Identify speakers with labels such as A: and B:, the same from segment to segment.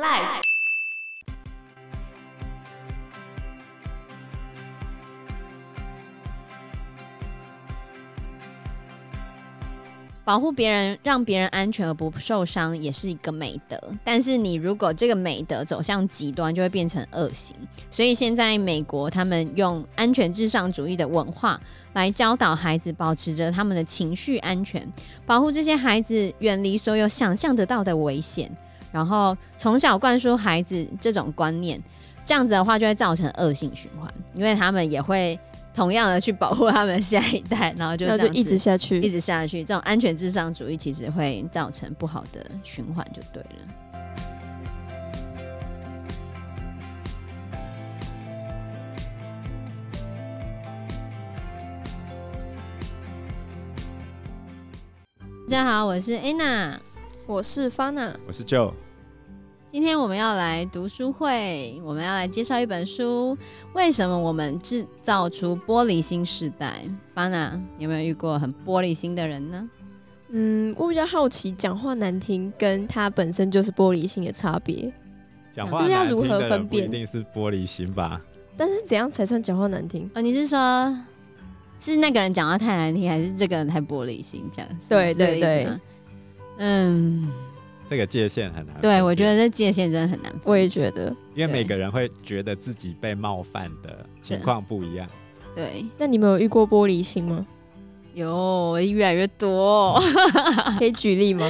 A: Life。
B: 保护别人，让别人安全而不受伤，也是一个美德。但是你如果这个美德走向极端，就会变成恶行。所以现在美国他们用安全至上主义的文化来教导孩子，保持着他们的情绪安全，保护这些孩子远离所有想象得到的危险，然后从小灌输孩子这种观念。这样子的话，就会造成恶性循环，因为他们也会同样的去保护他们的下一代，然后就这
A: 那
B: 样
A: 就
B: 子
A: 一直下去，
B: 一直下去，这种安全至上主义其实会造成不好的循环，就对了。大家好，我是 Anna，
A: 我是 Fana，
C: 我是 Joe，
B: 今天我们要来读书会，我们要来介绍一本书，为什么我们制造出玻璃心时代？Fana，你有没有遇过很玻璃心的人呢？
A: 嗯，我比较好奇讲话难听跟他本身就是玻璃心的差别，
B: 讲
C: 讲话
A: 就是要
C: 难
A: 如
C: 听
A: 何
C: 的
A: 分
C: 人不
A: 辨
C: 一定是玻璃心吧？
A: 但是怎样才算讲话难听？
B: 哦，你是说，是那个人讲话太难听，还是这个人太玻璃心？这样是
A: 对
B: 是这个
A: 对
B: 意思
A: 对
B: 吗嗯，
C: 这个界限很难。
B: 对，我觉，得这界限真的很难分。
A: 我也觉得。
B: 对
C: 因为每个人会觉得自己被冒犯的情况不一样。
B: 对，
A: 那你们有遇过玻璃心吗？
B: 有越来越多，
A: 可以举例吗？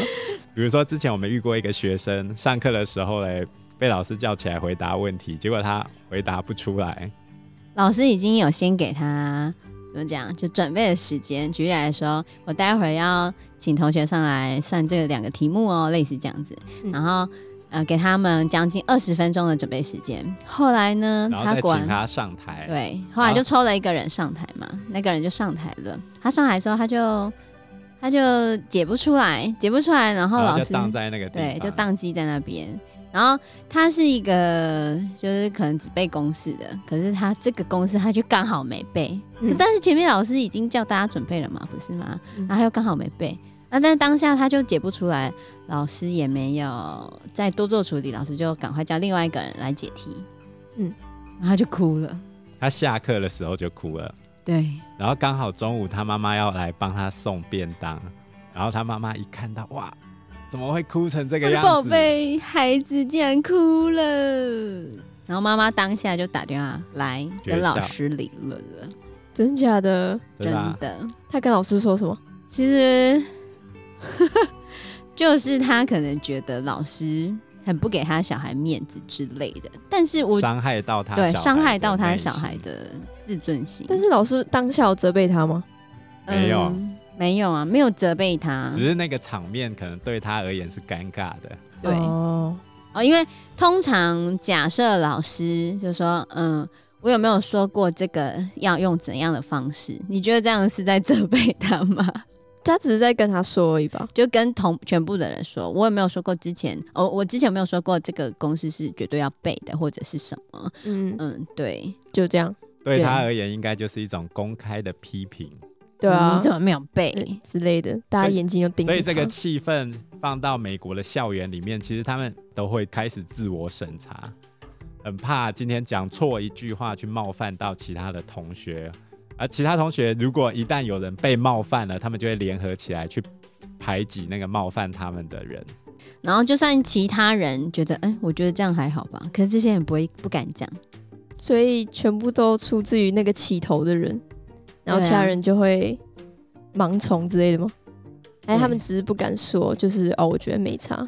C: 比如说，之前我们遇过一个学生，上课的时候嘞，被老师叫起来回答问题，结果他回答不出来。
B: 老师已经有先给他怎么讲，就准备的时间。举例来说，我待会儿要请同学上来算这两个题目哦，类似这样子。
A: 嗯
B: 然后呃，给他们将近二十分钟的准备时间。后来呢，
C: 然
B: 嗯
C: 后
B: 他
C: 再
B: 果
C: 请
B: 然
C: 他上台。
B: 对，后来
C: 啊
B: 就抽了一个人上台嘛，那个人就上台了。他上台之后，他就他就解不出来，解不出来，然后
C: 然后
B: 老
C: 就
B: 师
C: 荡在那个地
B: 对
C: 方，
B: 就宕机在那边。然后他是一个就是可能只背公式的，可是他这个公式他就刚好没背，
A: 嗯
B: 可但是前面老师已经叫大家准备了嘛，不是吗？啊
A: 嗯
B: 然后他又刚好没背。那但是当下他就解不出来，老师也没有再多做处理，老师就赶快叫另外一个人来解题，
A: 嗯，
B: 然后他就哭了。
C: 他下课的时候就哭了。
B: 对，
C: 然后刚好中午他妈妈要来帮他送便当，然后他妈妈一看到，哇，怎么会哭成这
B: 我
C: 个
B: 的
C: 样
B: 宝
C: 子？
B: 贝，孩子竟然哭了。然后妈妈当下就打电话来
C: 学校
B: 跟老师理论了，
A: 真假的？
C: 对
B: 真
C: 吧？
B: 的。
A: 他跟老师说什么？
B: 其实 就是他可能觉得老师很不给他小孩面子之类的，但是我
C: 伤害到他，
B: 对伤害到他小孩。的自尊心，
A: 但是老师当下有责备他吗？
B: 嗯
C: 没有
B: 没有啊，没有责备他，
C: 只是那个场面可能对他而言是尴尬的，
B: 对。
A: 哦，
B: 哦，因为通常假设老师就说，嗯，我有没有说过这个要用怎样的方式？你觉得这样是在责备他吗？
A: 他只是在跟他说而已吧。
B: 就跟同全部的人说，我有没有说过之前，哦，我之前有没有说过这个公式是绝对要背的，或者是什么？
A: 嗯，
B: 嗯，对，
A: 就这样。
C: 对
B: 对
C: 他而言应该就是一种公开的批评。
A: 对啊
B: 你，怎么没有
A: 嗯
B: 背？
A: 之类的，大家眼睛就盯着
C: 所
A: 他。
C: 以这个气氛放到美国的校园里面，其实他们都会开始自我审查，很怕今天讲错一句话去冒犯到其他的同学，而其他同学如果一旦有人被冒犯了，他们就会联合起来去排挤那个冒犯他们的人。
B: 然后就算其他人觉得，哎、我觉得这样还好吧，可是这些人不会不敢讲。
A: 所以全部都出自于那个起头的人，然后
B: 对啊
A: 其他人就会盲从之类的吗？哎，
B: 对
A: 他们只是不敢说，就是哦，我觉得没差。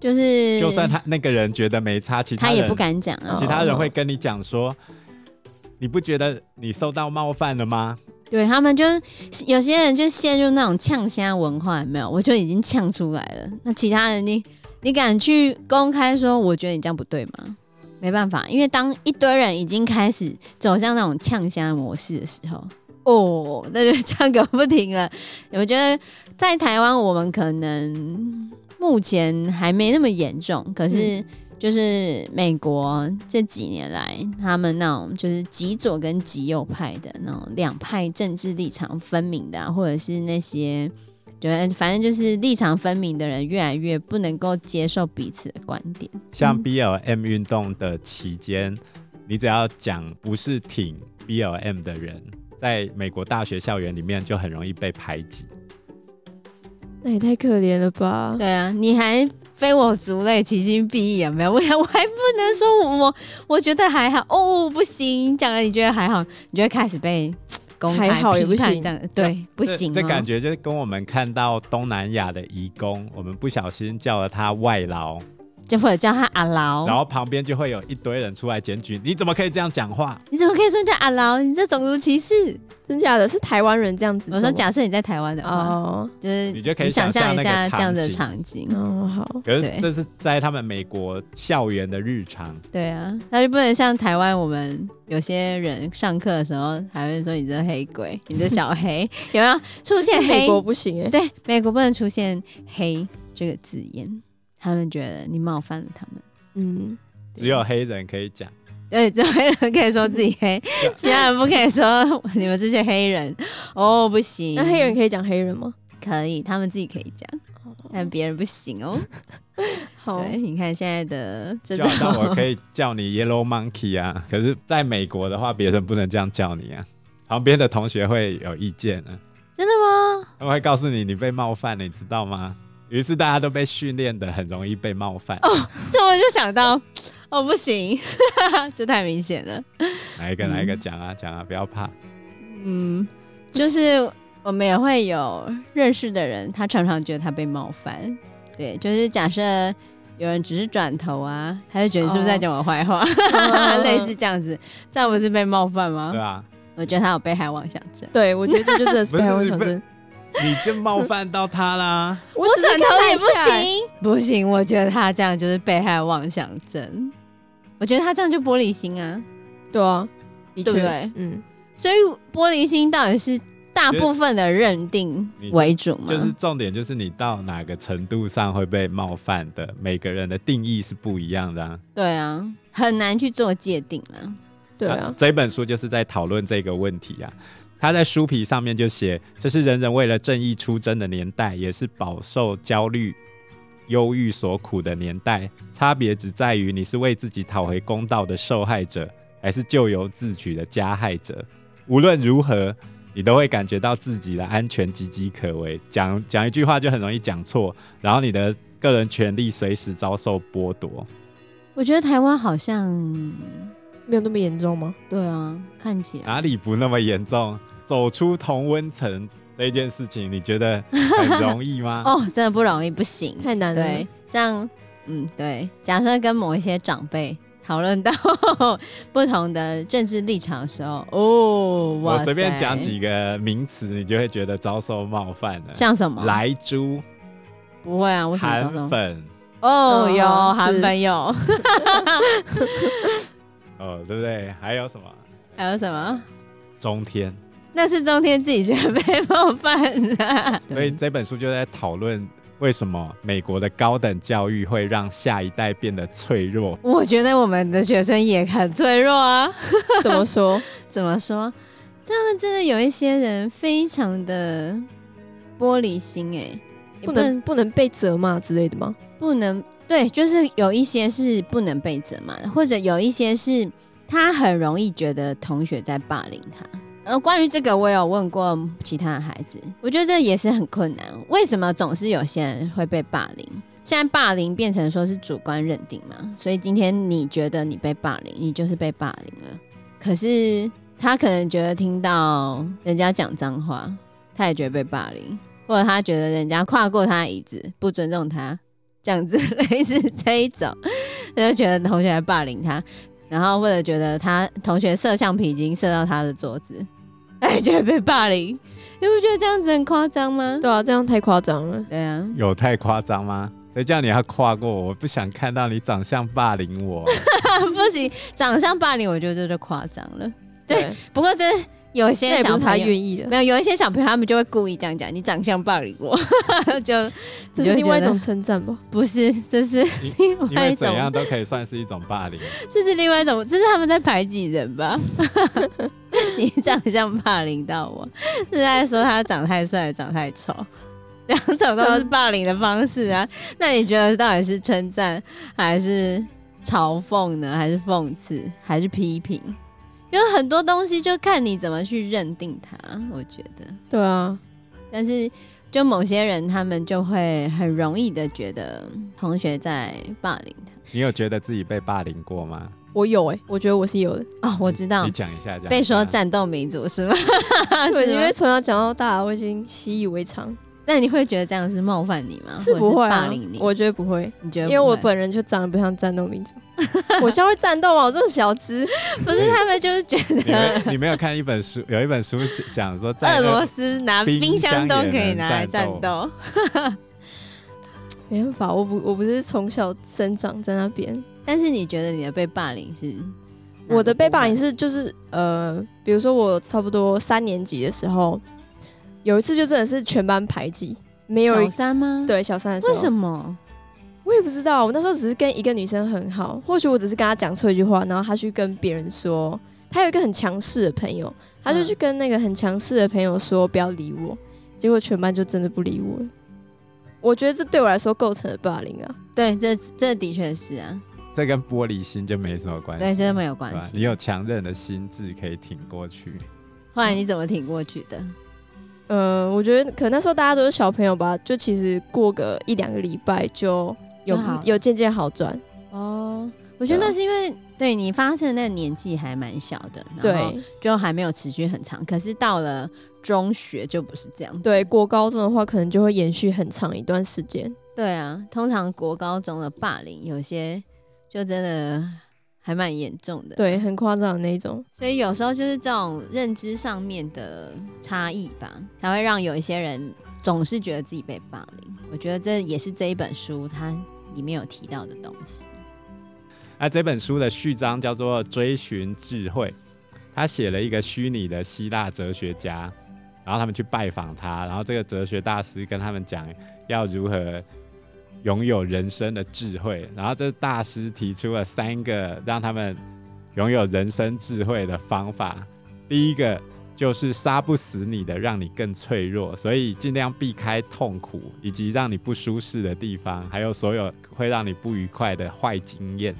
B: 就是
C: 就算他那个人觉得没差，其
B: 他
C: 人
B: 也不敢讲啊
A: 哦，
C: 其他人会跟你讲说，你不觉得你受到冒犯了吗？
B: 对他们就是有些人就陷入那种呛虾文化，有没有？我就已经呛出来了。那其他人你你敢去公开说，我觉得你这样不对吗？没办法，因为当一堆人已经开始走向那种呛虾模式的时候，哦，那就呛个不停了。我觉得在台湾，我们可能目前还没那么严重，可是就是美国这几年来，他们那种就是极左跟极右派的那种两派政治立场分明的啊、或者是那些对，反正就是立场分明的人越来越不能够接受彼此的观点。
C: 像 BLM 运动的期间，你只要讲不是挺 BLM 的人，在美国大学校园里面就很容易被排挤。
A: 那也太可怜了吧？
B: 对啊，你还非我族类，其心必异，有没有？我 还我还不能说我我我觉得还好哦，不行，讲了你觉得还好，你就会开始被公开
A: 还好也
B: 批
A: 不
B: 判
A: 行
B: 这样，对，不行、哦
C: 这，这感觉就是跟我们看到东南亚的移工，我们不小心叫了他外劳，
B: 就或者叫他阿
C: 然
B: 劳，
C: 后旁边就会有一堆人出来检举，你怎么可以这样讲话？
B: 你怎么可以说人家阿劳？你这种族歧视！
A: 真假的？是台湾人这样子
B: 我
A: 说吗？
B: 说，假设你在台湾的话，
A: 哦
B: 就是
C: 你就可以
B: 想象一
C: 想象那
B: 下
C: 个
B: 这样的
C: 场
B: 场景，
A: 哦好，
C: 可是
B: 对
C: 这是在他们美国校园的日常，
B: 对啊，那就不能像台湾我们有些人上课的时候还会说你这黑鬼，你这小黑，有没有出现黑
A: 美？国不行哎，
B: 对，美国不能出现黑这个字眼，他们觉得你冒犯了他们。
A: 嗯，
C: 只有黑人可以讲。
B: 对，只有黑人可以说自己 黑，其他人不可以说你们这些黑人哦，不行。
A: 那黑人哦可以讲黑人吗？
B: 可以，他们自己可以讲，但别人不行哦。
A: 好，
B: 对，你看现在的这
C: 就
B: 种
C: 好，像我可以叫你 Yellow Monkey 啊，可是在美国的话，别人不能这样叫你啊，旁边的同学会有意见啊，
B: 真的吗？
C: 他们会告诉你你被冒犯了，你知道吗？于是大家都被训练的很容易被冒犯，
B: 这我就想到，哦，不行， 这太明显了。
C: 哪一个哪一个讲啊讲啊，不要怕，
B: 嗯，就是我们也会有认识的人，他常常觉得他被冒犯。对，就是假设有人只是转头啊，他就觉得你是不是在讲我坏话，
A: 嗯
B: 类似这样子，这样不是被冒犯吗
C: 对？啊吧？
B: 我觉得他有被害妄想症。
A: 对，我觉得这就真的是
C: 不是
A: 台湾
C: 你
A: 想
C: 不
A: 真。
C: 你就冒犯到他啦，
A: 我只是
B: 转
A: 看
B: 头
A: 他
B: 也
A: 一
B: 不
A: 下欸，
B: 行，不行，我觉得他这样就是被害妄想症。我觉得他这样就玻璃心啊，
A: 对啊，的
B: 对不
A: 确
B: 对
A: 嗯，
B: 所以玻璃心到底是大部分的认定为主吗？
C: 就是重点就是你到哪个程度上会被冒犯的，每个人的定义是不一样的、啊。
B: 对啊，很难去做界定啊。
A: 对
C: 那
A: 啊，
C: 呃这本书就是在讨论这个问题啊。他在书皮上面就写，这是人人为了正义出征的年代，也是饱受焦虑、忧郁所苦的年代。差别只在于你是为自己讨回公道的受害者，还是咎由自取的加害者。无论如何，你都会感觉到自己的安全岌岌可危。讲讲一句话就很容易讲错，然后你的个人权利随时遭受剥夺。
B: 我觉得台湾好像，
A: 没有那么严重吗？
B: 对啊，看起来
C: 哪里不那么严重？走出同温层这一件事情，你觉得很容易吗？
B: 哦，真的不容易，不行。
A: 太难了。
B: 对，像嗯，对，假设跟某一些长辈讨论到 不同的政治立场的时候，哦，哇
C: 我
B: 塞
C: 随便讲，几个名词，你就会觉得遭受冒犯了。
B: 像什么？
C: 莱猪、
B: 不会啊，为什么找
C: 韩
B: 这种？
C: 粉，
B: 哦，
A: 嗯
B: 有
A: 是
B: 韩粉有，
C: 哦，对不对？还有什么？
B: 还有什么？
C: 中天。
B: 那是中天自己觉得被冒犯了、
C: 所以这本书就在讨论为什么美国的高等教育会让下一代变得脆弱。
B: 我觉得我们的学生也很脆弱啊。
A: 怎么说？
B: 怎么说？他们真的有一些人非常的玻璃心、欸，哎，
A: 不能不能被责骂之类的吗？
B: 不能对，就是有一些是不能被责骂的，或者有一些是他很容易觉得同学在霸凌他。呃，关于这个，我有问过其他的孩子，我觉得这也是很困难。为什么总是有些人会被霸凌？现在霸凌变成说是主观认定嘛，所以今天你觉得你被霸凌，你就是被霸凌了。可是他可能觉得听到人家讲脏话，他也觉得被霸凌，或者他觉得人家跨过他的椅子不尊重他，这样子 类似这一种， 他就觉得同学在霸凌他，然后或者觉得他同学射橡皮筋射到他的桌子，哎，觉得被霸凌，你不觉得这样子很夸张吗？
A: 对啊，这样太夸张了。
B: 对啊，
C: 有太夸张吗？谁叫你要跨过我？我不想看到你长相霸凌 我。
B: 不行，长相霸凌我觉得这就夸张了。对，不过这有些
A: 那也不
B: 小
A: 是
B: 朋
A: 他
B: 友。
A: 愿意的，
B: 没有，有一些小朋友他们就会故意这样讲，你长相霸凌我， 就
A: 这是
B: 你就会
A: 另外一
B: 觉得
A: 种称赞吧？
B: 不是，这是
C: 因
B: 另
C: 因
B: 外
C: 为
B: 一
C: 怎样
B: 种，
C: 都可以算是一种霸凌。
B: 这是另外一种，这是他们在排挤人吧？ 你长相霸凌到我，是在说他长太帅，长太丑，两种都是霸凌的方式啊。那你觉得到底是称赞还是嘲讽呢？还是讽刺？还是批评？因为很多东西就看你怎么去认定它，我觉得。
A: 对啊，
B: 但是就某些人，他们就会很容易的觉得同学在霸凌
C: 你有觉得自己被霸凌过吗？
A: 我有哎、我觉得我是有的。
B: 他。哦，我知道
C: 你，讲一下，讲一下啊
B: 被说战斗民族是吗？
A: 对，
B: 是
A: 因
B: 吗
A: 为从小讲到大，我已经习以为常，
B: 那你会觉得这样是冒犯你吗？
A: 是
B: 或者
A: 不会
B: 霸
A: 啊
B: 凌你？，
A: 我觉得不会，
B: 你觉得
A: 因
B: 不会？
A: 为我本人就长得不像战 斗民族。我像会战斗吗？我这种小只，
B: 不是他们就是觉
C: 你
B: 得
C: 没你没有看一本书， 有一本书讲说在
B: 俄罗斯拿
C: 冰
B: 冰箱
C: 箱
B: 都
C: 也
B: 可以
C: 能
B: 拿来
C: 战
B: 战
C: 斗
B: 斗，
A: 没办法，我不我不是从小生长在那边，
B: 但是你觉得你的被霸凌是哪
A: 我的
B: 个
A: 被
B: 部
A: 霸凌
B: 分
A: 是就是呃，比如说我差不多三年级的时候，有一次就真的是全班排挤，没有一
B: 小三吗？，
A: 对小三的时候，
B: 为什么？
A: 我也不知道，我那时候只是跟一个女生很好，或许我只是跟她讲错一句话，然后她去跟别人说，她有一个很强势的朋友，她就去跟那个很强势的朋友说不要理我，结果全班就真的不理我了。我觉得这对我来说构成了霸凌啊，
B: 对，这这的确是啊，
C: 这跟玻璃心就没什么关系，
B: 对，这没有
C: 对吧啊
B: 关系。
C: 你有强韧的心智可以挺过去。
B: 后来你怎么挺过去的？
A: 呃，我觉得可能那时候大家都是小朋友吧，就其实过个一两个礼拜就有
B: 就好了
A: 有渐渐好转，
B: 哦，我觉得
A: 对啊
B: 那是因为对你发生的那个年纪还蛮小的，然后
A: 对
B: 就还没有持续很长。可是到了中学就不是这样子，
A: 对，过高中的话可能就会延续很长一段时间，
B: 对啊，通常国高中的霸凌有些就真的还蛮严重的，，
A: 对，很夸张的那一种，
B: 所以有时候就是这种认知上面的差异吧，才会让有一些人总是觉得自己被霸凌。我觉得这也是这一本书它里面有提到的东西。
C: 那这本书的序章叫做《追寻智慧》，他写了一个虚拟的希腊哲学家，然后他们去拜访他，然后这个哲学大师跟他们讲要如何拥有人生的智慧，然后这大师提出了三个让他们拥有人生智慧的方法。第一个就是杀不死你的，让你更脆弱，所以尽量避开痛苦以及让你不舒适的地方，还有所有会让你不愉快的坏经验。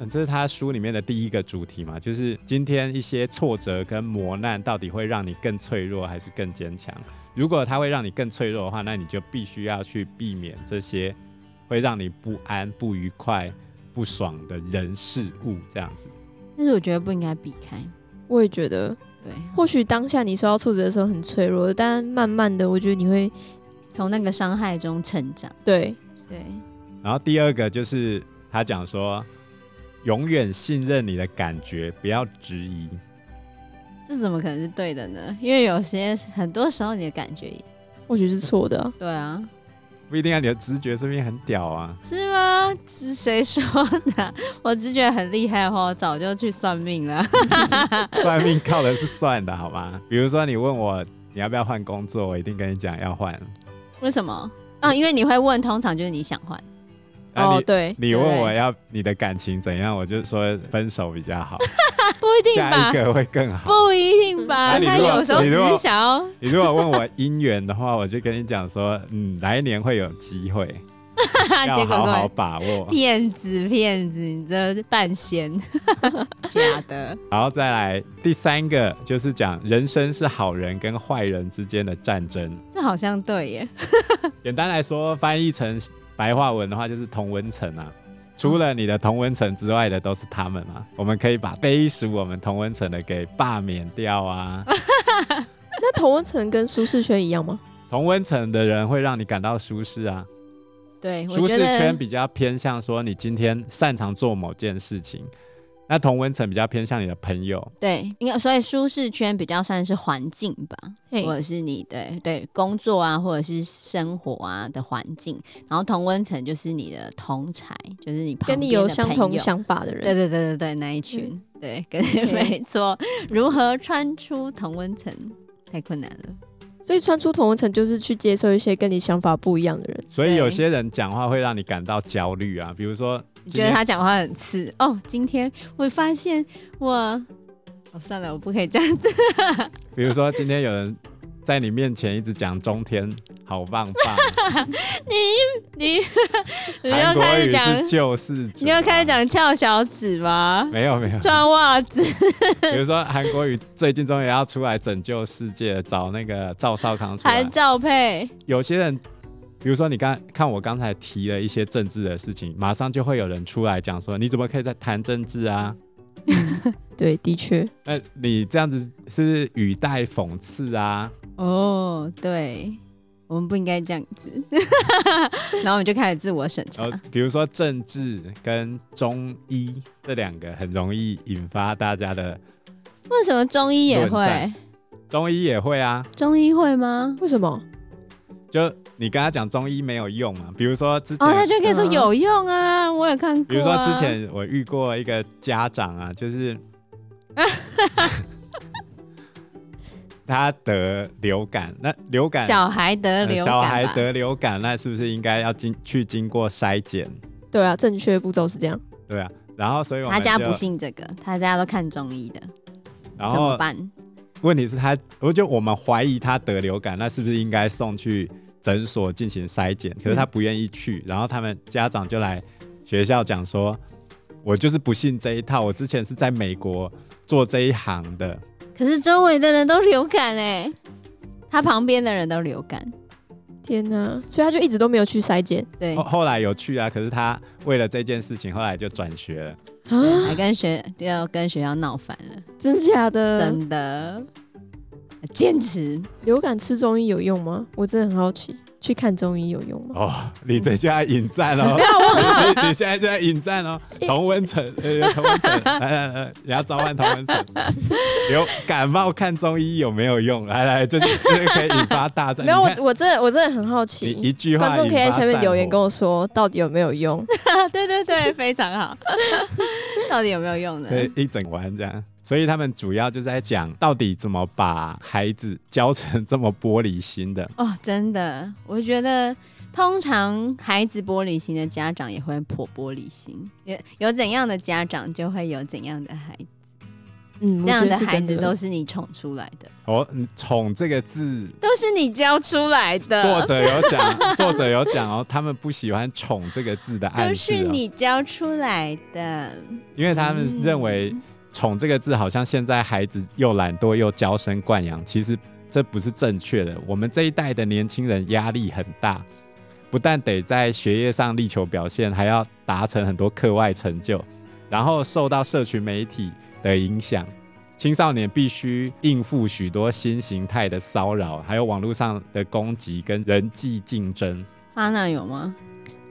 C: 嗯，这是他书里面的第一个主题嘛，就是今天一些挫折跟磨难到底会让你更脆弱还是更坚强？如果它会让你更脆弱的话，那你就必须要去避免这些会让你不安、不愉快、不爽的人事物，这样子。
B: 但是我觉得不应该避开，
A: 我也觉得
B: 对，
A: 或许当下你受到挫折的时候很脆弱，但慢慢的，我觉得你会
B: 从那个伤害中成长。
A: 对
B: 对，
C: 然后第二个就是他讲说，永远信任你的感觉，不要质疑。
B: 这怎么可能是对的呢？因为有些很多时候你的感觉也，
A: 或许是错的啊、
B: 对啊，
C: 不一定啊，你的直觉说不定很屌啊。
B: 是吗？是谁说的？ 我只觉得很厉害的话，我早就去算命了。
C: 算命靠的是算的，好吗？比如说你问我你要不要换工作，我一定跟你讲要换。
B: 为什么？啊，因为你会问，通常就是你想换。
C: 啊
A: 哦，
C: 你
A: 对，
C: 你问我要你的感情怎样，我就说分手比较好，
B: 不一定
C: 下
B: 吧
C: 一？个会更好。
B: 不一定吧？
C: 那你
B: 他
C: 如果
B: 有时候
C: 你
B: 只
C: 如果
B: 是想要，
C: 你如果问我姻缘的话，我就跟你讲说， 嗯，来年会有机会，
B: 结
C: 要
B: 果
C: 好
B: 各
C: 好
B: 位
C: 把握。
B: 骗子，骗子，你这半仙， 假的。
C: 然后再来第三个就是讲人生是好人跟坏人之间的战争。
B: 这好像对耶，
C: 简单来说，翻译成白话文的话就是同温层啊。除了你的同温层之外的都是他们啊。我们可以把背属我们同温层的给罢免 掉啊。
A: 那同温层跟舒适圈一样吗？
C: 同温层的人会让你感到舒适啊。
B: 对，我
C: 舒
B: 觉
C: 适
B: 得
C: 圈比较偏向说你今天擅长做某件事情，那同温层比较偏向你的朋友。
B: 对，应该所以舒适圈比较算是环境吧，
A: 嘿
B: 或者是你的对工作啊，或者是生活啊的环境，然后同温层就是你的同才，就是你旁
A: 跟你
B: 边
A: 有
B: 的
A: 相嗯
B: 朋
A: 同
B: 友
A: 想法的人，
B: 对对对对对那一群，对，跟 没错，如何穿出同温层太困难了，
A: 所以穿出同温层就是去接受一些跟你想法不一样的人。
C: 所以有
B: 对
C: 些人讲话会让你感到焦虑啊，比如说
B: 你
C: 今
B: 觉得
C: 天
B: 他讲话很刺哦？今天我发现我。哦，算了，我不可以这样子。
C: 比如说今天有人在你面前一直讲中天好棒 棒，
B: 你你
C: 韩
B: 又
C: 国
B: 开
C: 语
B: 始讲，
C: 是救世主，
B: 你又开始，讲翘小指吗？
C: 没有没有，
B: 穿袜子，
C: 比如说韩国语最近终于要出来拯救世界，找那个赵少康出来
B: 韩，照配，
C: 有些人。比如说，你刚看我刚才提了一些政治的事情，马上就会有人出来讲说：“你怎么可以在谈政治啊？
A: 对，的确，
C: 那你这样子是不是语带讽刺 啊？”
B: 哦，对，我们不应该这样子。 然后我们就开始自我审查
C: 然。后哦比如说政治跟中医这两个很容易引发大家的，
B: 为什么中医也
C: 论
B: 会
C: 战？中医也会啊，
B: 中医会吗？
A: 为什么？
C: 就你跟他讲中医没有用啊，比如说之前，
B: 哦，他就可以说
A: 嗯
B: 有用啊，我有看过、啊。
C: 比如说之前我遇过一个家长啊，就是 他得流感，那流感
B: 小孩得
C: 呃
B: 流感吧、
C: 小孩得流感，那是不是应该要经去经过筛检？
A: 对啊，正确步骤是这样。
C: 对啊，然后所以我们
B: 他家
C: 就
B: 不，信这个，他家都看中医的，
C: 然
B: 怎么
C: 后
B: 办？
C: 问题是他，我就我们怀疑他得流感，那是不是应该送去诊所进行筛检？可是他不愿意去，然后他们家长就来学校讲说，我就是不信这一套，我之前是在美国做这一行的，
B: 可是周围的人都流感哎、他旁边的人都流感，
A: 天哪！所以他就一直都没有去筛检
B: 对，
C: 后后来有去啊，可是他为了这件事情后来就转学了，
A: 啊？
B: 还跟学要跟学校闹翻了，
A: 真假
C: 嗯
A: 的？
B: 真的。坚持，
A: 流感吃中医有用吗？我真的很好奇，去看中医有用吗？
C: 哦，你这就在引 战哦， 你你现在就在引战哦，童文 成，呃，童文成，来来来，你要召唤童文成，有感冒看中医有没有用？来来，这就这就可以引发大 战。
A: 没有，
C: 你
A: 我
C: 看
A: 我真的我真的很好
C: 你
A: 奇，
C: 一句话，
A: 观众可以在
C: 哦
A: 下面留言跟
C: 我。
A: 我说到底有没有用？
B: 对对对，非常好。 到底有没有用呢
C: 所？以一整晚这样，所以他们主要就在讲到底怎么把孩子教成这么玻璃心的。
B: 哦，真的，我觉得通常孩子玻璃心的家长也会颇玻璃心，有有怎样的家长就会有怎样的孩子，
A: 嗯，
B: 这
A: 我觉
B: 样
A: 得
B: 的
A: 是
B: 孩
A: 真
B: 子 都是你宠出来的，
C: 哦，嗯宠这个字，
B: 都是你教出来的，
C: 作者有讲，作者有讲哦，他们不喜欢“宠”这个字的暗
B: 都
C: 示、
B: 是
C: 哦，
B: 你教出来的。
C: 因为他们认为“宠”这个字好像现在孩子又懒惰又娇生惯养，其实这不是正确的。我们这一代的年轻人压力很大，不但得在学业上力求表现，还要达成很多课外成就，然后受到社群媒体的影响。青少年必须应付许多新形态的骚扰，还有网络上的攻击跟人际竞争。
B: 发娜有吗？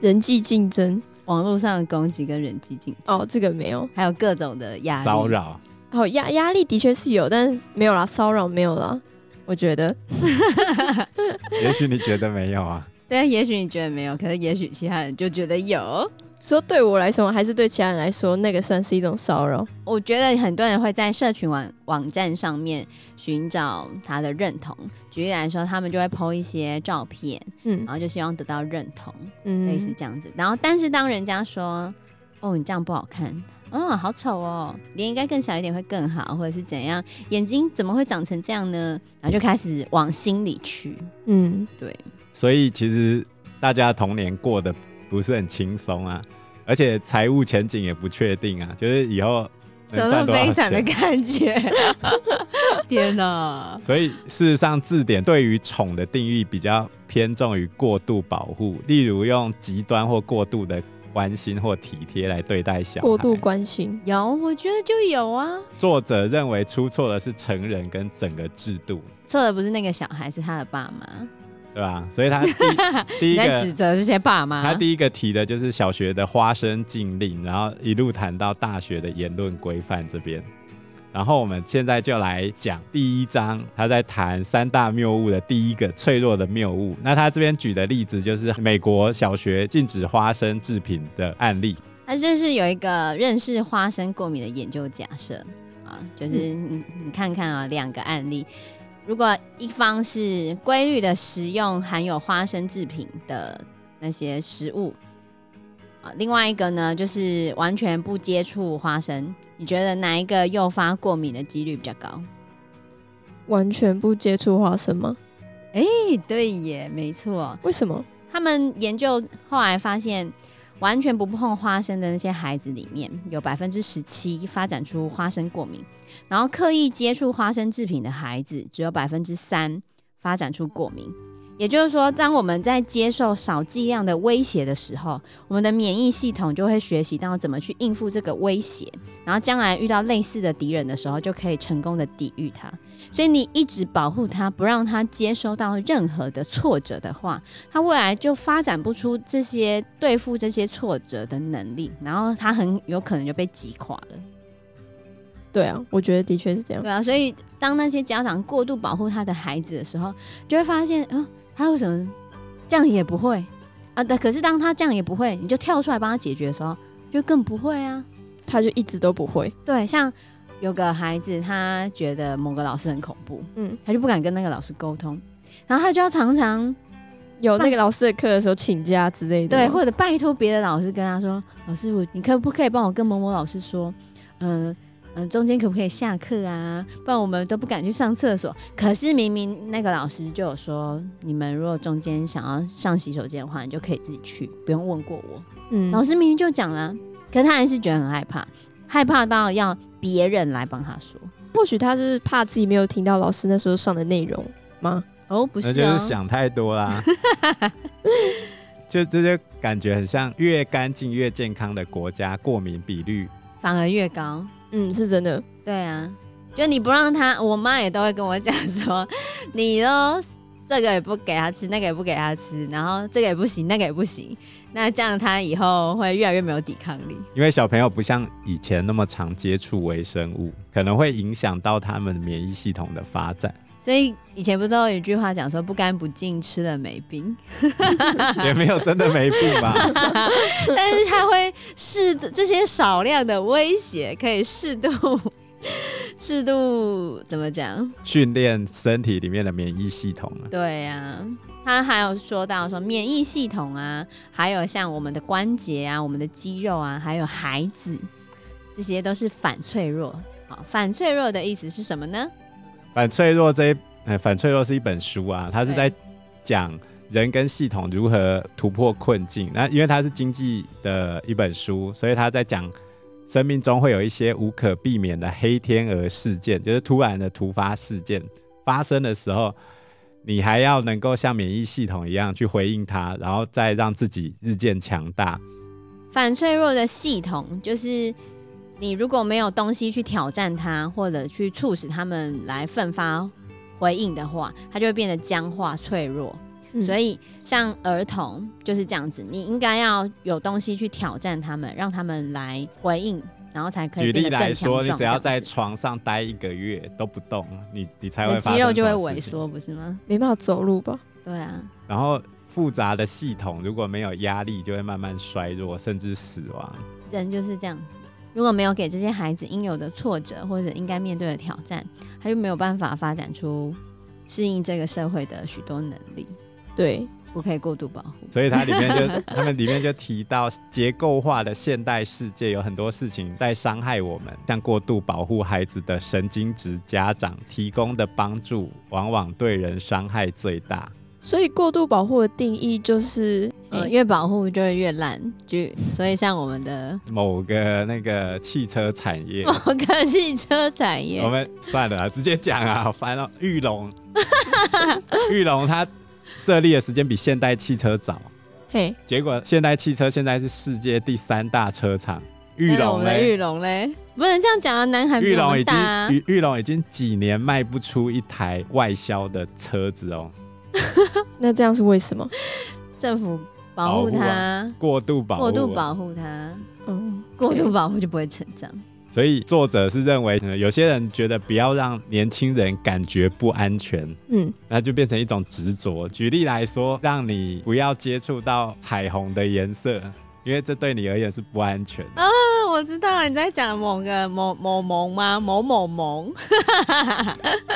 A: 人际竞争
B: 网络上的攻击跟人际竞争，
A: 哦，这个没有。
B: 还有各种的压力。
C: 骚扰，
A: 好压压力的确是有，但是没有啦，骚扰没有啦。我觉得
C: 也许你觉得没有啊？
B: 对，也许你觉得没有，可是也许其他人就觉得有。
A: 说对我来说，还是对其他人来说，那个算是一种骚扰。
B: 我觉得很多人会在社群网网站上面寻找他的认同。举例来说，他们就会 PO 一些照片，
A: 嗯
B: 然后就希望得到认同，
A: 嗯，
B: 类似这样子。然后，但是当人家说“哦，你这样不好看”，“哦，好丑哦，脸应该更小一点会更好”，或者是怎样，眼睛怎么会长成这样呢？然后就开始往心里去。
A: 嗯，
C: 所以其实大家的童年过得不是很轻松啊，而且财务前景也不确定啊，就是以后
B: 那
C: 能赚
B: 么
C: 多少
B: 悲惨的
C: 钱。
B: 感觉？天哪！
C: 所以事实上，字典对于“宠”的定义比较偏重于过度保护，例如用极端或过度的关心或体贴来对待小孩。
A: 过度关心，
B: 有，我觉得就有啊。
C: 作者认为出错的是成人跟整个制度，
B: 错的不是那个小孩，是他的爸妈。
C: 对吧？所以他 第第
B: 你
C: 一
B: 在指
C: 个。
B: 责这些爸妈？
C: 他第一个提的就是小学的花生禁令，然后一路谈到大学的言论规范这边。然后我们现在就来讲第一章，他在谈三大谬误的第一个脆弱的谬误。那他这边举的例子就是美国小学禁止花生制品的案例。
B: 他就是有一个认识花生过敏的研究假设啊，就是
C: 嗯
B: 你你看看啊，两个案例，如果一方是规律的食用含有花生制品的那些食物啊，另外一个呢就是完全不接触花生，你觉得哪一个诱发过敏的几率比较高？
A: 完全不接触花生吗？
B: 诶哎对耶，没错。
A: 为什么？
B: 他们研究后来发现，完全不碰花生的那些孩子里面，有百分之十七发展出花生过敏，然后刻意接触花生制品的孩子，只有百分之三发展出过敏。也就是说，当我们在接受少剂量的威胁的时候，我们的免疫系统就会学习到怎么去应付这个威胁，然后将来遇到类似的敌人的时候，就可以成功的抵御它。所以你一直保护它，不让它接收到任何的挫折的话，他未来就发展不出这些对付这些挫折的能力，然后他很有可能就被击垮了。
A: 对啊，我觉得的确是这样。
B: 对啊，所以当那些家长过度保护他的孩子的时候，就会发现，嗯、他为什么这样也不会啊？但可是当他这样也不会，你就跳出来帮他解决的时候，就更不会啊。
A: 他就一直都不会，
B: 对，像有个孩子，他觉得某个老师很恐怖，
A: 嗯，
B: 他就不敢跟那个老师沟通，然后他就要常常
A: 有那个老师的课的时候请假之类的吗。
C: 嗯
B: 对，或者拜托别的老师跟他说，老师我你可不可以帮我跟某某老师说，嗯、呃、嗯、中间可不可以下课啊？不然我们都不敢去上厕所。可是明明那个老师就有说，你们如果中间想要上洗手间的话，你就可以自己去，不用问过我。
A: 嗯，
B: 老师明明就讲了，啊可是他还是觉得很害怕，害怕到要别人来帮他说。
A: 或许他是怕自己没有听到老师那时候上的内容吗？
B: 哦，不
C: 那
B: 是
C: 就
B: 哦
C: 是，想太多啦。 就这就感觉很像越干净越健康的国家，过敏比率
B: 反而越高。
A: 嗯，是真的。
B: 对啊，就你不让他，我妈也都会跟我讲说， 你都这个也不给他吃，那个也不给他吃，然后这个也不行，那个也不行，那这样他以后会越来越没有抵抗力。
C: 因为小朋友不像以前那么常接触微生物，可能会影响到他们免疫系统的发展，
B: 所以以前不都有一句话讲说，不干不净吃了没病，
C: 也没有真的没病吧？
B: 但是他会适度这些少量的威胁可以适度适度怎么讲？
C: 训练身体里面的免疫系统啊，
B: 对呀、他还有说到说免疫系统啊，还有像我们的关节啊、我们的肌肉啊，还有孩子，这些都是反脆弱。好，反脆弱的意思是什么呢？
C: 反脆弱这一，呃，反脆弱是一本书啊，它是在讲人跟系统如何突破困境。那因为它是经济的一本书，所以它在讲生命中会有一些无可避免的黑天鹅事件，就是突然的突发事件发生的时候，你还要能够像免疫系统一样去回应它，然后再让自己日渐强大。
B: 反脆弱的系统就是你如果没有东西去挑战它，或者去促使他们来奋发回应的话，它就会变得僵化脆弱。
A: 嗯
B: 所以像儿童就是这样子，你应该要有东西去挑战他们，让他们来回应，然后才可以
C: 举例
B: 变得更
C: 来说，
B: 强壮
C: 你只要在
B: 这样子
C: 床上待一个月都不动，你你才
B: 你
C: 会
B: 的
C: 发
B: 肌
C: 生
B: 肉就会
C: 这种事
B: 萎
C: 情
B: 缩，不是吗？
A: 没办法走路吧？
B: 对啊，
C: 然后复杂的系统如果没有压力，就会慢慢衰弱，甚至死亡。
B: 人就是这样子。如果没有给这些孩子应有的挫折或者应该面对的挑战，他就没有办法发展出适应这个社会的许多能力，
A: 对，
B: 不可以过度保护。
C: 所以它里面就他们里面就提到，结构化的现代世界有很多事情在伤害我们，像过度保护孩子的神经质家长提供的帮助，往往对人伤害最大。
A: 所以过度保护的定义就是，
B: 呃，
C: 嗯
A: 诶
B: 越保护就会越烂，就所以像我们的
C: 某个那个汽车产业
B: 某，个汽车产业
C: 我，们算了啊，直接讲啊，好烦哦。玉龙，玉龙它设立的时间比现代汽车早。
A: 嘿，
C: 结果现代汽车现在是世界第三大车厂，玉
B: 那我
C: 龙
B: 们的
C: 嘞，
B: 玉龙嘞，不能这样讲啊，南韩比
C: 玉
B: 我
C: 龙
B: 们
C: 已经
B: 大、啊。
C: 玉玉龙已经几年卖不出一台外销的车子哦，
A: 那这样是为什么？
B: 政府保护它，
C: 过度保护哦啊
B: 过度保护它，
A: 嗯，
B: 过度保护就不会成 长。
C: 所以作者是认为、呃有些人觉得不要让年轻人感觉不安全。
A: 嗯，
C: 那就变成一种执着。举例来说，让你不要接触到彩虹的颜色，因为这对你而言是不安全的。
B: 嗯，我知道了你在讲某个某某萌吗？某某萌，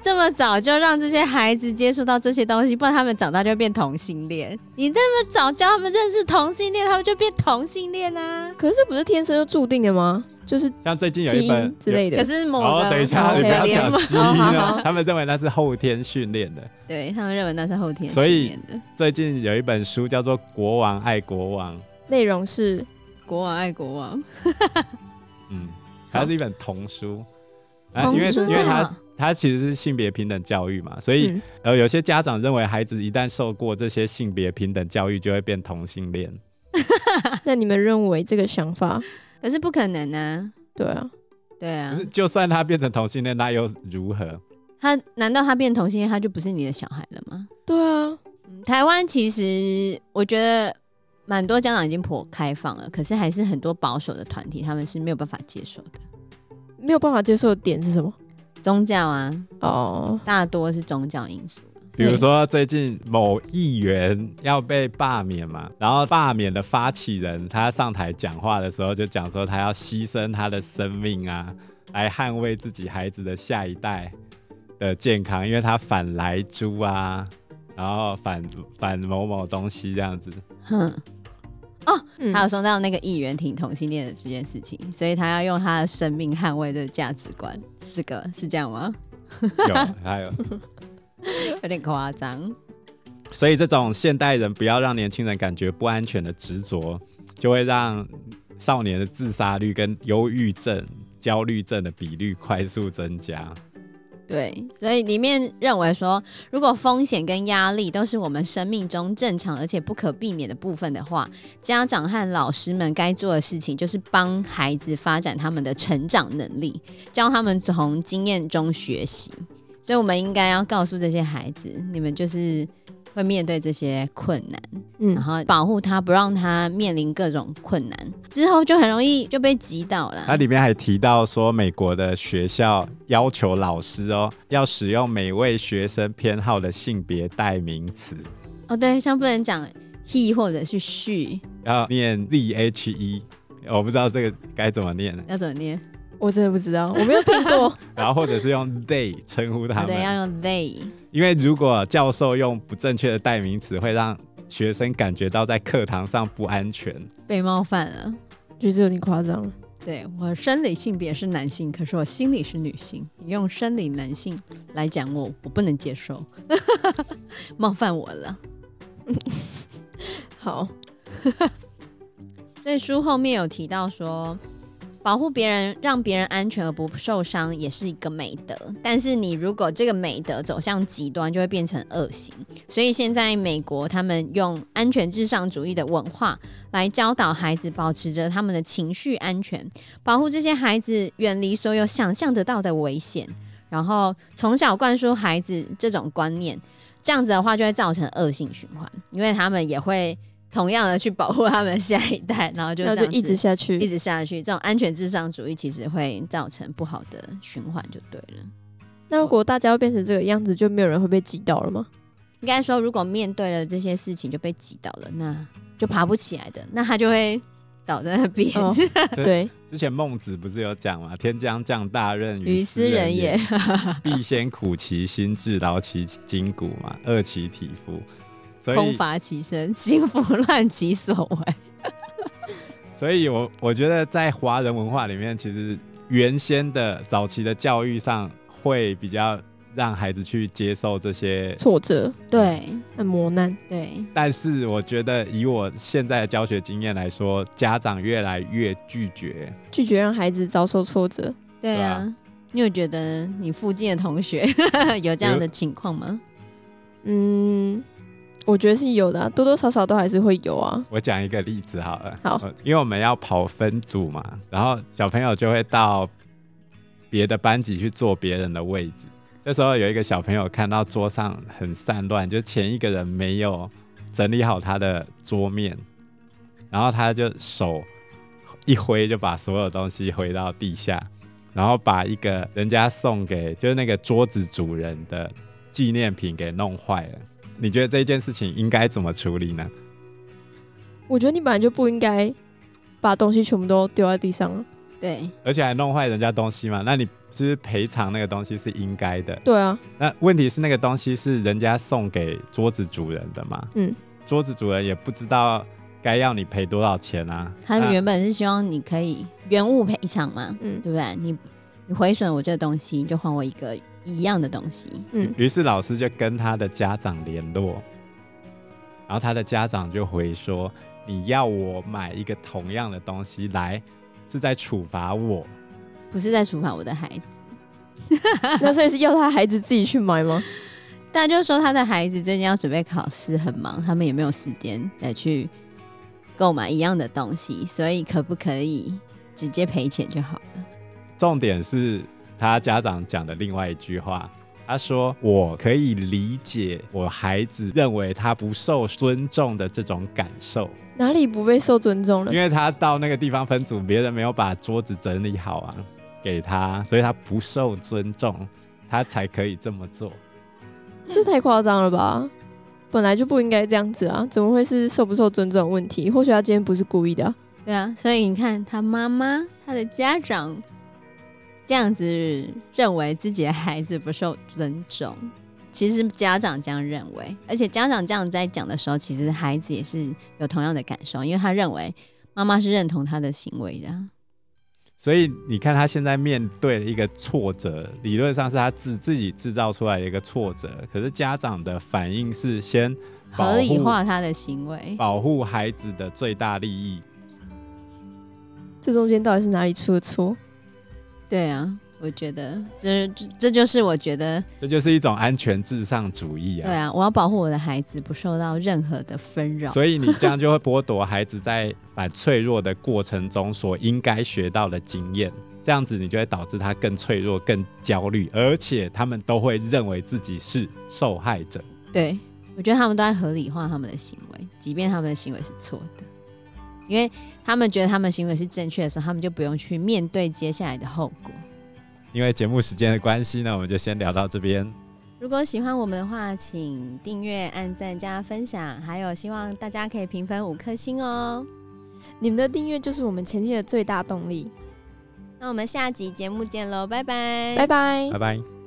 B: 这么早就让这些孩子接触到这些东西，不然他们长大就会变同性恋。你那么早教他们认识同性恋，他们就变同性恋啊。
A: 可是这不是天生就注定的吗？就是
C: 像最近有
A: 基
C: 一本
A: 因之类
B: 可
A: 的。
B: 是某
C: 有哦，
B: 个
C: 等一下，
A: 好
C: 你不要
A: OK，
B: 联
C: 讲
B: 盟
C: 基因
B: 好好
C: 啊
B: 好，
C: 他们认为那是后天训练的。
B: 对他们认为那是后天
C: 所以
B: 训练的
C: 最近有一本书叫做《国王爱国王》，
A: 内容 是
B: 国王爱国王，
C: 嗯，它是一本童书，
A: 童
C: 哎因为
A: 书
C: 因为它
B: 啊
C: 它其实是性别平等教育嘛，所以、
A: 嗯
C: 呃，有些家长认为孩子一旦受过这些性别平等教育，就会变同性恋。
A: 那你们认为这个想法
B: 可是不可能啊，
A: 对啊？
B: 对啊
C: 可是，就算他变成同性恋，那又如何？
B: 他难道他变同性恋他就不是你的小孩了吗？
A: 对啊，
B: 嗯台湾其实我觉得蛮多家长已经颇开放了，可是还是很多保守的团体他们是没有办法接受的。
A: 没有办法接受的点是什么？
B: 宗教啊，
A: 哦，
B: 大多是宗教因素。
C: 比如说最近某议员要被罢免嘛，然后罢免的发起人他上台讲话的时候就讲说他要牺牲他的生命啊，来捍卫自己孩子的下一代的健康，因为他反莱猪啊，然后反反某某东西这样子。
B: 哼，
A: 嗯
B: 还有说到那个议员挺同性恋的这件事情，所以他要用他的生命捍卫这个价值观，这个是这样吗？
C: 有，还有，
B: 有点夸张。
C: 所以这种现代人不要让年轻人感觉不安全的执着，就会让少年的自杀率跟忧郁症、焦虑症的比率快速增加。
B: 对，所以里面认为说，如果风险跟压力都是我们生命中正常而且不可避免的部分的话，家长和老师们该做的事情就是帮孩子发展他们的成长能力，教他们从经验中学习。所以我们应该要告诉这些孩子，你们就是会面对这些困难，然
A: 嗯，
B: 后保护他，不让他面临各种困难，之后就很容易就被击倒了。
C: 它里面还提到说，美国的学校要求老师哦，要使用每位学生偏好的性别代名词，
B: 哦，对，像不能讲 he 或者是 she，
C: 要念 Z H E，我不知道这个该怎么念，
B: 要怎么念？
A: 我真的不知道，我没有听过。
C: 然后或者是用 they 称呼他
B: 对，
C: 们。
B: 要用 they。
C: 因为如果教授用不正确的代名词，会让学生感觉到在课堂上不安全。
B: 被冒犯了。
A: 觉得这有点夸张了。
B: 对我生理性别是男性，可是我心里是女性。你用生理男性来讲我，我不能接受， 冒犯我了。
A: 好，
B: 所以书后面有提到说，保护别人，让别人安全而不受伤，也是一个美德。但是你如果这个美德走向极端，就会变成恶行。所以现在美国他们用安全至上主义的文化来教导孩子，保持着他们的情绪安全，保护这些孩子远离所有想象得到的危险，然后从小灌输孩子这种观念。这样子的话，就会造成恶性循环，因为他们也会同样的去保护他们的下一代，然后就
A: 那
B: 这
A: 就
B: 样
A: 一
B: 子
A: 直下
B: 一
A: 去。
B: 直下去，这种安全至上主义其实会造成不好的循环，就对了。
A: 那如果大家要变成这个样子，就没有人会被挤倒了吗？
B: 应该说，如果面对了这些事情就被击倒了，那就爬不起来的，那他就会倒在那边，
A: 哦，对，
C: 之前孟子不是有讲嘛，“天将降大任于
B: 于斯
C: 斯
B: 人
C: 人
B: 也
C: 也，。必先苦其心志，劳其筋骨嘛，饿其体肤。”所
B: 空
C: 以，
B: 乏其身，心浮乱其所为。
C: 所以我我觉得在华人文化里面，其实原先的早期的教育上，会比较让孩子去接受这些
A: 挫折
B: 对
A: 很磨难。
B: 对，
C: 但是我觉得以我现在的教学经验来说，家长越来越拒绝。
A: 拒绝让孩子遭受挫折。
B: 对
C: 对
B: 啊
C: 啊。
B: 你有觉得你附近的同学 有这样的情况吗？
A: 嗯，我觉得是有的啊、多多少少都还是会有啊。
C: 我讲一个例子好了，
A: 好
C: 我，因为我们要跑分组嘛，然后小朋友就会到别的班级去坐别人的位置。这时候有一个小朋友看到桌上很散乱，就前一个人没有整理好他的桌面，然后他就手一挥就把所有东西挥到地下，然后把一个人家送给就是那个桌子主人的纪念品给弄坏了。你觉得这件事情应该怎么处理呢？
A: 我觉得你本来就不应该把东西全部都丢在地上 啊。
B: 对，
C: 而且还弄坏人家东西嘛，那你是不是赔偿那个东西是应该的？
A: 对啊，
C: 那问题是那个东西是人家送给桌子主人的嘛？
A: 嗯，
C: 桌子主人也不知道该要你赔多少钱啊。
B: 他们
C: 那
B: 原本是希望你可以原物赔偿嘛，
A: 嗯
B: 对不对？你你毁损我这个东西，你就还我一个一样的东西。
A: 嗯，
C: 于是老师就跟他的家长联络，然后他的家长就回说：“你要我买一个同样的东西来，是在处罚我。
B: 不是在处罚我的孩子。
A: 那所以是要他孩子自己去买吗？
B: 大家就说他的孩子最近要准备考试，很忙，他们也没有时间再去购买一样的东西，所以可不可以直接赔钱就好了？”
C: 重点是他家长讲的另外一句话，他说：“我可以理解我孩子认为他不受尊重的这种感受，
A: 哪里不被受尊重了
C: 因？为他到那个地方分组，别人没有把桌子整理好啊，给他，所以他不受尊重，他才可以这么做。”
A: 这太夸张了吧！本来就不应该这样子啊，怎么会是受不受尊重的问题？或许他今天不是故意的啊、
B: 对啊，所以你看他妈妈、他的家长这样子认为自己的孩子不受尊重，其实家长这样认为，而且家长这样在讲的时候，其实孩子也是有同样的感受，因为他认为妈妈是认同他的行为的啊。
C: 所以你看，他现在面对的一个挫折，理论上是他自自己制造出来的一个挫折，可是家长的反应是先保
B: 合理
C: 护
B: 化他的行为。
C: 保护孩子的最大利益。
A: 这中间到底是哪里出了错？
B: 对啊，我觉得这这这就是我觉得
C: 这就是一种安全至上主义
B: 对啊，我啊要保护我的孩子不受到任何的纷扰。
C: 所以你这样就会剥夺孩子在反脆弱的过程中所应该学到的经验，这样子你就会导致他更脆弱、更焦虑，而且他们都会认为自己是受害者。
B: 对，我觉得他们都在合理化他们的行为，即便他们的行为是错的，因为他们觉得他们行为是正确的时候，他们就不用去面对接下来的后果。
C: 因为节目时间的关系呢，我们就先聊到这边。
B: 如果喜欢我们的话，请订阅、按赞、加分享，还有希望大家可以评分五颗星哦。
A: 你们的订阅就是我们前进的最大动力。
B: 那我们下集节目见喽，拜拜，
A: 拜拜
C: 拜。拜。